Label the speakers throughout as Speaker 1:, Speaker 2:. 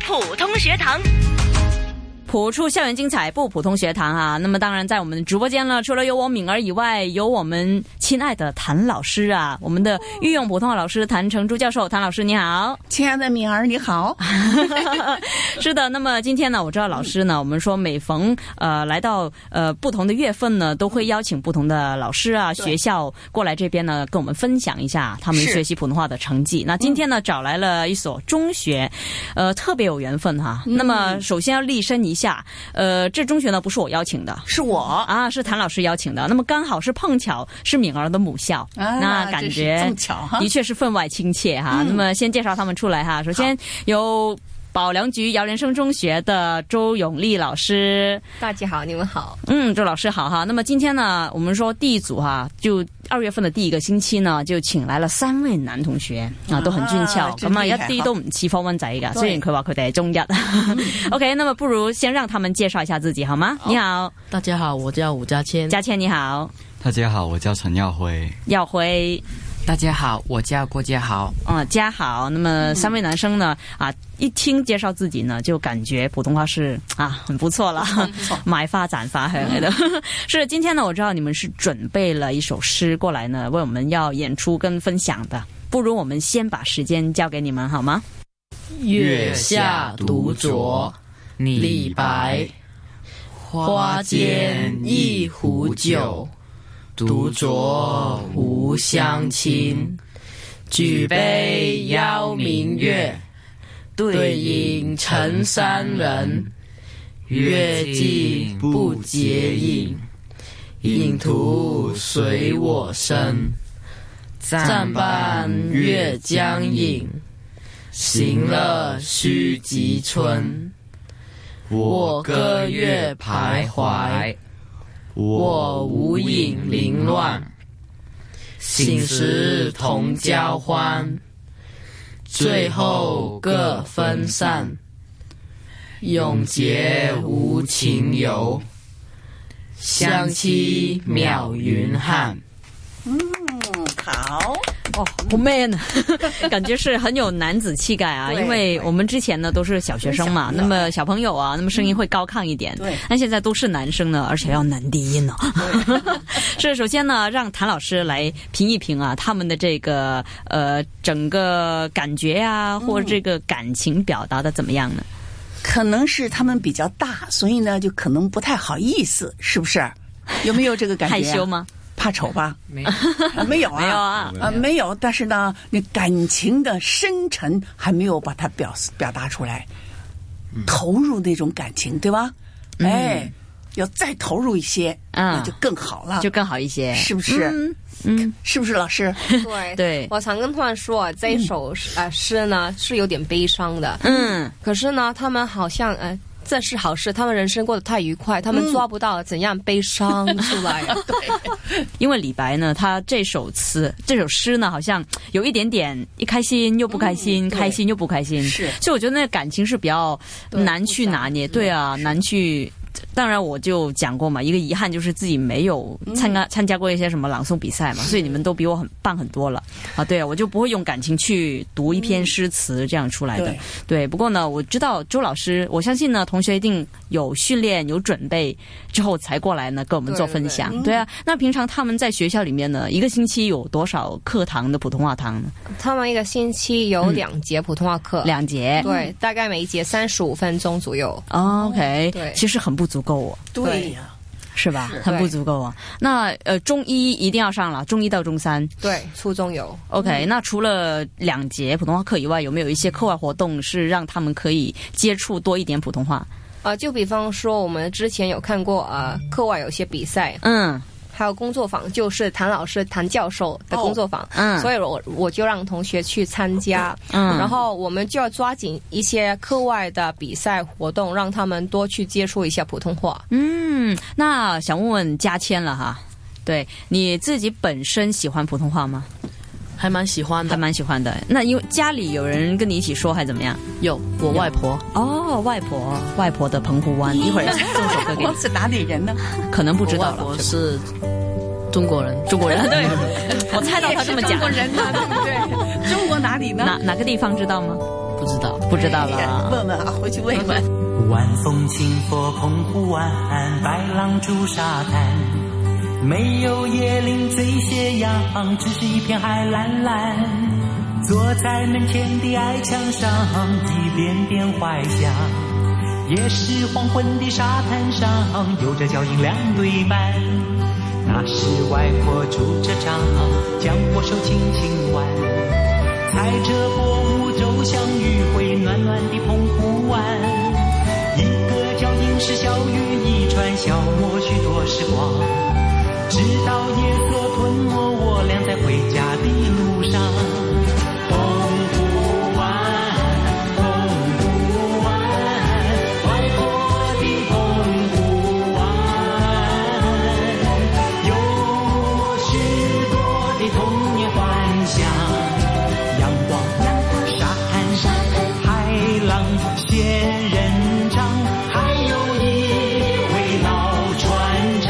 Speaker 1: 普通学堂。
Speaker 2: 普处校园精彩不普通学堂啊！那么当然，在我们直播间呢，除了有我敏儿以外，有我们亲爱的谭老师啊，我们的御用普通话老师谭成珠教授，谭老师你好。
Speaker 3: 亲爱的敏儿，你好。
Speaker 2: 是的，那么今天呢，我知道老师呢，我们说每逢呃来到呃不同的月份呢，都会邀请不同的老师啊、学校过来这边呢，跟我们分享一下他们
Speaker 3: 是
Speaker 2: 学习普通话的成绩。那今天呢，找来了一所中学，呃，特别有缘分哈。
Speaker 3: 嗯
Speaker 2: 那么首先要立身一下，呃，这中学呢不 是我邀请的。
Speaker 3: 是我。
Speaker 2: 啊，是谭老师邀请的，那么刚好是碰巧是敏儿的母校，
Speaker 3: 啊
Speaker 2: 那感
Speaker 3: 真是
Speaker 2: 觉
Speaker 3: 这么巧啊哈
Speaker 2: 的确是分外亲切哈。
Speaker 3: 嗯
Speaker 2: 那么先介绍他们出来哈，首先有保良局姚连生中学的周永利老师，
Speaker 4: 大家好，你们好。
Speaker 2: 嗯，周老师好哈。那么今天呢，我们说第一组哈，就二月份的第一个星期呢，就请来了三位男同學啊，都很俊俏，
Speaker 3: 真
Speaker 2: 咁啊一
Speaker 3: 厲害
Speaker 2: 啲都唔似科温仔㗎。
Speaker 3: 對
Speaker 2: 雖然佢話佢哋係中 一。OK，那麼不如先讓他們介紹一下自己好嗎？你好，
Speaker 5: 大家好，我叫伍家谦。
Speaker 2: 嘉倩你好，
Speaker 6: 大家好，我叫陈耀辉。
Speaker 2: 耀輝。
Speaker 7: 大家好，我叫郭家豪。
Speaker 2: 嗯，家好。那么三位男生呢，啊，一听介绍自己呢，就感觉普通话是啊很不错了， 买发展发回 来的。是今天呢，我知道你们是准备了一首诗过来呢，为我们要演出跟分享的。不如我们先把时间交给你们好吗？
Speaker 5: 月下独酌，李白。花间一壶酒，独酌无相亲。举杯邀明月，对影成三人。月既不解饮，饮徒随我身。暂伴月将影，行乐须及春。我歌月徘徊，我无影零乱。醒时同交欢，最后各分散。永结无情游，相期邈云汉。
Speaker 3: 嗯，好。
Speaker 2: 哦，好 man，啊 感觉是很有男子气概啊。
Speaker 4: 对
Speaker 2: 因为我们之前呢都是小学生嘛，
Speaker 3: 都是小朋友
Speaker 2: 那么小朋友
Speaker 3: 嗯
Speaker 2: 啊，那么声音会高亢一点。
Speaker 3: 对
Speaker 2: 但现在都是男生呢，而且要男低音呢。 是，首先呢，让谭老师来评一评啊，他们的这个呃整个感觉
Speaker 3: 嗯
Speaker 2: 啊，或者这个感情表达的怎么样呢？
Speaker 3: 可能是他们比较大，所以呢，就可能不太好意思，是不是？有没有这个感觉、啊
Speaker 2: 害羞？吗？
Speaker 3: 怕丑吧？
Speaker 7: 没有，
Speaker 3: 啊 没有啊，
Speaker 2: 没有啊。
Speaker 3: 啊，没有。但是呢，你感情的深沉还没有把它表表达出来，投入那种感情，对吧？
Speaker 2: 嗯
Speaker 3: 哎，要再投入一些，
Speaker 2: 啊
Speaker 3: 那就更好了，
Speaker 2: 就更好一些，
Speaker 3: 是不是
Speaker 2: 嗯嗯，
Speaker 3: 是不是老师？
Speaker 4: 对
Speaker 2: 对
Speaker 4: 我常跟他们说，这一首诗呃诗呢是有点悲伤的，
Speaker 2: 嗯，
Speaker 4: 可是呢，他们好像呃。这是好事，他们人生过得太愉快，他们抓不到怎样悲伤出来。啊
Speaker 2: 因为李白呢，他这首词、这首诗呢，好像有一点点一开心又不开心，
Speaker 3: 嗯对
Speaker 2: 开心又不开心，
Speaker 3: 是
Speaker 2: 所以我觉得那个感情是比较
Speaker 4: 对
Speaker 2: 难去拿捏，对啊，难去。当然，我就讲过嘛，一个遗憾就是自己没有参
Speaker 3: 嗯
Speaker 2: 加、参加过一些什么朗诵比赛嘛，所以你们都比我很棒很多了啊！对啊，我就不会用感情去读一篇诗词这样出来的。
Speaker 3: 嗯对
Speaker 2: 对，不过呢，我知道周老师，我相信呢，同学一定有训练、有准备之后才过来呢，跟我们做分享。
Speaker 3: 对对对
Speaker 2: 啊，那平常他们在学校里面呢，一个星期有多少课堂的普通话堂呢？
Speaker 4: 他们一个星期有两节普通话课，
Speaker 2: 两节。
Speaker 4: 对，大概每一节三十五分钟左右。
Speaker 2: 哦 OK，
Speaker 4: 对
Speaker 2: 其实很不足够哦，
Speaker 3: 对呀，
Speaker 2: 是吧？很不足够啊。那呃，中一一定要上了，中一到中三。
Speaker 4: 对，初中有
Speaker 2: OK，、那除了两节普通话课以外，有没有一些课外活动是让他们可以接触多一点普通话？
Speaker 4: 啊、呃就比方说我们之前有看过啊、呃课外有些比赛，
Speaker 2: 嗯
Speaker 4: 还有工作坊，就是谭老师、谭教授的工作坊。
Speaker 2: 嗯，
Speaker 4: 所
Speaker 2: 以
Speaker 4: 以我我就让同学去参加，
Speaker 2: 嗯，
Speaker 4: 然后我们就要抓紧一些课外的比赛活动，让他们多去接触一下普通话。
Speaker 2: 嗯，那想问问嘉谦了哈，对你自己本身喜欢普通话吗？
Speaker 5: 还蛮喜欢
Speaker 2: 还
Speaker 5: 的。
Speaker 2: 蛮喜欢的。那因为家里有人跟你一起说，还怎么样？
Speaker 5: 有我外婆，
Speaker 2: 哦，外婆，外婆的澎湖 湾，一会儿送首歌给
Speaker 3: 我
Speaker 2: 你，
Speaker 3: 是哪里人呢？
Speaker 2: 可能不知道
Speaker 5: 我外
Speaker 2: 了
Speaker 5: 婆。是中国人，
Speaker 2: 中国 人，对，我猜到他这么讲。
Speaker 3: 人呢，对不对？中国哪里呢？
Speaker 2: 哪哪个地方知道吗？
Speaker 5: 不不知道。
Speaker 2: 不知道
Speaker 3: 哎呀
Speaker 2: 了。
Speaker 3: 问问啊，回去问一问。
Speaker 1: 晚风轻拂澎湖湾，白浪逐沙滩，没有椰林缀斜阳，只是一片海蓝蓝。坐在门前的矮墙上，一遍遍怀想。也是黄昏的沙滩上，有着脚印两对半。那时外婆拄着杖，将我手轻轻挽，踩着薄雾舟相遇，回暖暖的澎湖湾。一个脚印是小雨一串，消磨许多时光，直到夜色吞没我俩在回家的路上。澎湖湾，澎湖湾，外婆的澎湖湾，有我许多的童年幻想。阳光、沙滩、海浪、仙人掌，还有一位老船长。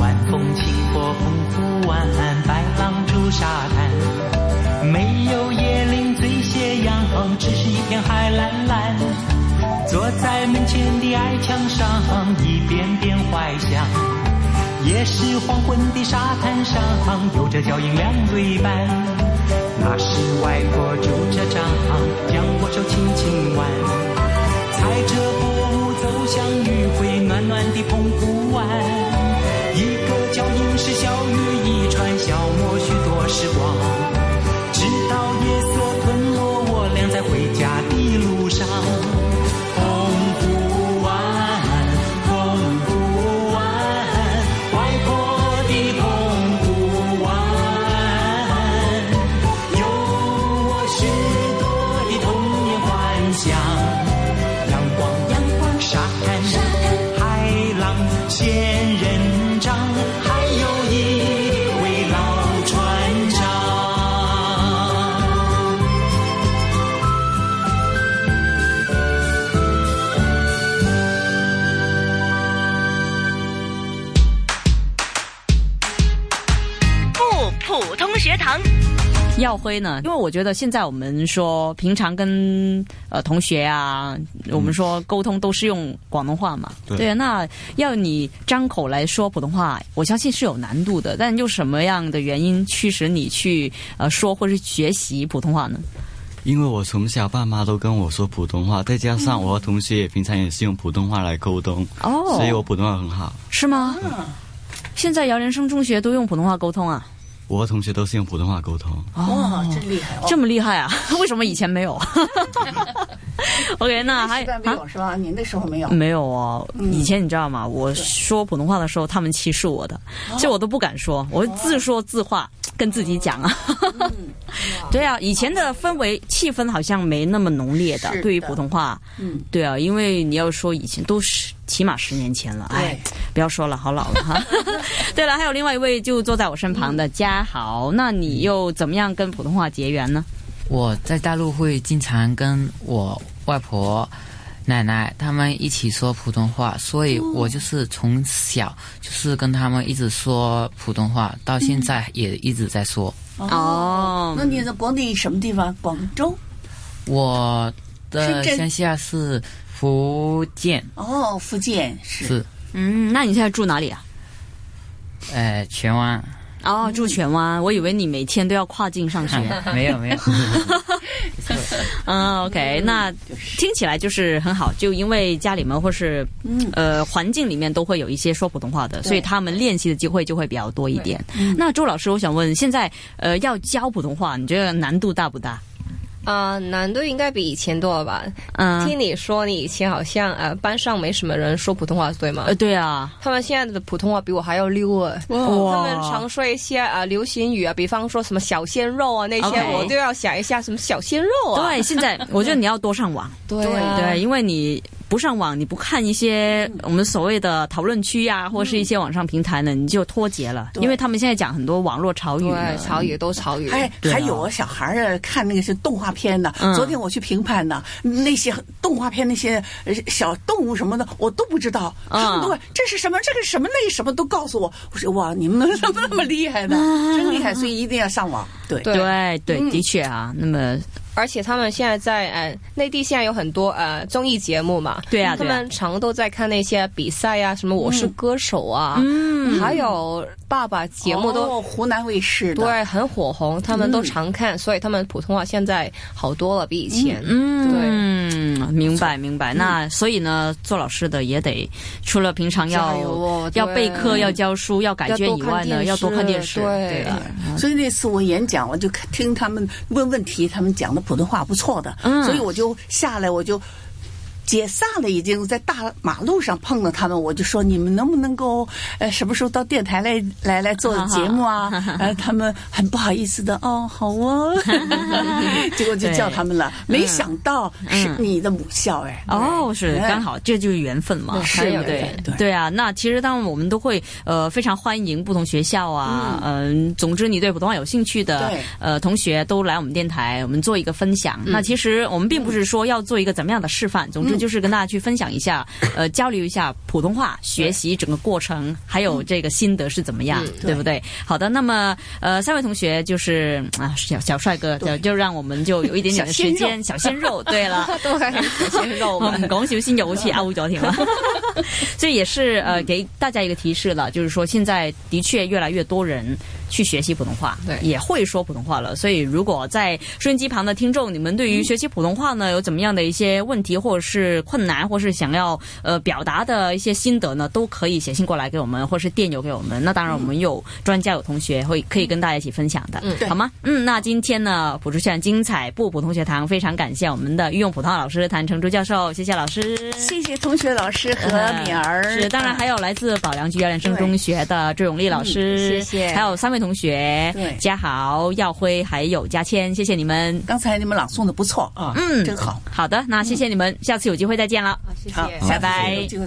Speaker 1: 晚风轻拂澎湖湾，白浪逐沙滩，没有椰林缀斜阳，只是一片海蓝蓝。坐在门前的矮墙上，一遍遍怀想。也是黄昏的沙滩上，有着脚印两对半。那时外婆拄着杖，将我手轻轻挽，踩着薄雾走向余晖暖暖的澎湖湾。一个脚印是小雨一串，消磨许多时光，直到夜色吞没我俩在回家的路上。澎湖湾，澎湖湾，外婆的澎湖湾，有我许多的童年幻想。阳光，阳光，沙滩，沙滩，海浪，仙人掌，还有一位老船长。
Speaker 8: 不普通学堂。
Speaker 2: 耀辉呢？因为我觉得现在我们说平常跟呃同学啊，我们说沟通都是用广东话嘛，
Speaker 6: 对
Speaker 2: 啊那要你张口来说普通话，我相信是有难度的。但又什么样的原因驱使你去呃说或是学习普通话呢？
Speaker 6: 因为我从小爸妈都跟我说普通话，再加上我和同学也平常也是用普通话来沟通，
Speaker 2: 哦
Speaker 6: 所以我普嗯通话很好。
Speaker 2: 是吗？现在姚连生中学都用普通话沟通啊，
Speaker 6: 我和同学都是用普通话沟通。
Speaker 3: 哇，真厉
Speaker 6: 哦
Speaker 3: 害！
Speaker 2: 这么厉害啊？ 为什么以前 没有？OK，那还
Speaker 3: 这段没
Speaker 2: 啊
Speaker 3: 有是吧？你那时候没有。
Speaker 2: 没有哦，以前你知道吗？
Speaker 3: 嗯
Speaker 2: 我说普通话的时候，他们歧视我的，
Speaker 3: 哦
Speaker 2: 其实我都不敢说，我会自说自话，跟自己讲啊。
Speaker 3: 哦 嗯
Speaker 2: 对啊，以前的氛围气氛好像没那么浓烈的，
Speaker 3: 是的
Speaker 2: 对于普通话，
Speaker 3: 嗯，
Speaker 2: 对啊，因为你要说以前都是起码十年前了，哎
Speaker 3: 对，
Speaker 2: 不要说了，好老了 哈。对了，还有另外一位就坐在我身旁的嘉豪，那你又怎么样跟普通话结缘呢？
Speaker 7: 我在大陆会经常跟我外婆、奶奶他们一起说普通话，所以我就是从小就是跟他们一直说普通话，到现在也一直在说。
Speaker 3: 嗯
Speaker 2: 哦
Speaker 3: 那你在国内什么地方？广州
Speaker 7: 我
Speaker 3: 深
Speaker 7: 的
Speaker 3: 圳
Speaker 7: 乡下是福建，
Speaker 3: 哦，福建是
Speaker 7: 是
Speaker 2: 嗯，那你现在住哪里啊？
Speaker 7: 呃荃湾，
Speaker 2: 哦，住荃湾，我以为你每天都要跨境上学。
Speaker 7: 没有没有。
Speaker 2: 嗯，OK，那听起来就是很好，就因为家里面或是呃环境里面都会有一些说普通话的，所以他们练习的机会就会比较多一点。那周老师，我想问，现在呃要教普通话，你觉得难度大不大？
Speaker 4: 啊，难度应该比以前多了吧？
Speaker 2: 嗯，
Speaker 4: 听你说，你以前好像呃班上没什么人说普通话，对吗？
Speaker 2: 呃，对啊，
Speaker 4: 他们现在的普通话比我还要溜啊！他们常说一些啊、呃流行语啊，比方说什么小鲜肉啊那些
Speaker 2: OK
Speaker 4: 我都要想一下什么小鲜肉啊。
Speaker 2: 对，现在我觉得你要多上网，
Speaker 4: 对啊
Speaker 2: 对，因为你不上网，你不看一些我们所谓的讨论区呀、或是一些网上平台呢，你就脱节了，
Speaker 3: 对
Speaker 2: 因为他们现在讲很多网络潮语啊了
Speaker 4: 对，潮语都潮语。
Speaker 3: 还
Speaker 2: 对啊
Speaker 3: 还有啊，小孩儿啊看那个是动画片呢。
Speaker 2: 嗯
Speaker 3: 昨天我去评判呢，那些动画片那些呃小动物什么的，我都不知道。
Speaker 2: 嗯
Speaker 3: 他们都问这是什么，这个是什么，那个什么都告诉我。我说哇，你们能怎么那么厉害呢？
Speaker 2: 嗯
Speaker 3: 真厉害！所以一定要上网。对
Speaker 4: 对
Speaker 2: 对对，的确啊，那么
Speaker 4: 而且他们现在在呃内地现在有很多呃综艺节目嘛，
Speaker 2: 对啊
Speaker 4: 他
Speaker 2: 对啊
Speaker 4: 们常都在看那些比赛啊，什么我是歌手啊，嗯，还有爸爸节目都、
Speaker 3: 哦湖南卫视的。
Speaker 4: 对很火红，他们都常看，所以他们普通话现在好多了，比以前，
Speaker 2: 嗯，
Speaker 4: 对
Speaker 2: 嗯，明白明白。那所以呢，做老师的也得除了平常要
Speaker 4: 加油哦
Speaker 2: 要
Speaker 4: 对
Speaker 2: 备课、要教书、要改
Speaker 4: 要
Speaker 2: 卷
Speaker 4: 多
Speaker 2: 以
Speaker 4: 看
Speaker 2: 外呢，
Speaker 4: 电
Speaker 2: 要多看
Speaker 4: 视
Speaker 2: 电视，
Speaker 4: 对
Speaker 2: 对了。
Speaker 3: 所以那次我演讲，我就看听他们问问题，他们讲的普通话不错的，
Speaker 2: 嗯
Speaker 3: 所以我就下来，我就呃解散了，已经在大马路上碰到他们，我就说你们能不能够呃什么时候到电台来来来做节目啊？呃，他们很不好意思的，哦，好哦， 结果就叫他们了，没想到是你的母校哎，
Speaker 2: 哦，是
Speaker 3: 哎
Speaker 2: 刚好，这就是缘分嘛，
Speaker 3: 是
Speaker 2: 对不
Speaker 3: 缘
Speaker 2: 对
Speaker 3: 分对
Speaker 2: 对啊。那其实当然我们都会呃非常欢迎不同学校啊，嗯、总之你对普通话有兴趣的
Speaker 3: 对
Speaker 2: 呃同学都来我们电台，我们做一个分享。那其实我们并不是说要做一个怎么样的示范，总之就是跟大家去分享一下，呃，交流一下普通话学习整个过程，还有这个心得是怎么样，嗯对不对？好的，那么呃三位同学就是啊小小帅哥，就就让我们就有一点点的
Speaker 3: 小鲜
Speaker 2: 时
Speaker 3: 肉
Speaker 2: 间，小鲜肉，对了。
Speaker 4: 都还有些肉
Speaker 2: 我
Speaker 4: 嘛
Speaker 2: 唔講小鮮肉好似 out 咗添啊啦，所以也是呃给大家一个提示了，就是说现在的确越来越多人去学习普通话，
Speaker 5: 对
Speaker 2: 也会说普通话了。所以如果在收音机旁的听众，你们对于学习普通话呢有怎么样的一些问题，或者是困难，或是想要呃表达的一些心得呢，都可以写信过来给我们，或是电邮给我们。那当然，我们有专家有同学会可以跟大家一起分享的，好吗？嗯，那今天呢，朴志炫精彩不普通学堂非常感谢我们的御用普通话老师谭成珠教授，谢谢老师。
Speaker 3: 谢谢同学、老师和敏儿，
Speaker 2: 哎
Speaker 3: 哎
Speaker 2: 是，当然还有来自保良局耀良升
Speaker 3: 对
Speaker 2: 中学的周永利老师，
Speaker 4: 嗯谢谢
Speaker 2: 还有三位同学
Speaker 3: 对，
Speaker 2: 嘉豪、耀辉还有嘉谦，谢谢你们。
Speaker 3: 刚才你们朗诵的不错啊，
Speaker 2: 嗯
Speaker 3: 真好，
Speaker 2: 好的，那谢谢你们，下次有机会再见了。
Speaker 4: 谢
Speaker 3: 好
Speaker 4: 谢，。
Speaker 2: 拜
Speaker 3: 下次
Speaker 2: 拜
Speaker 3: 有机会再见。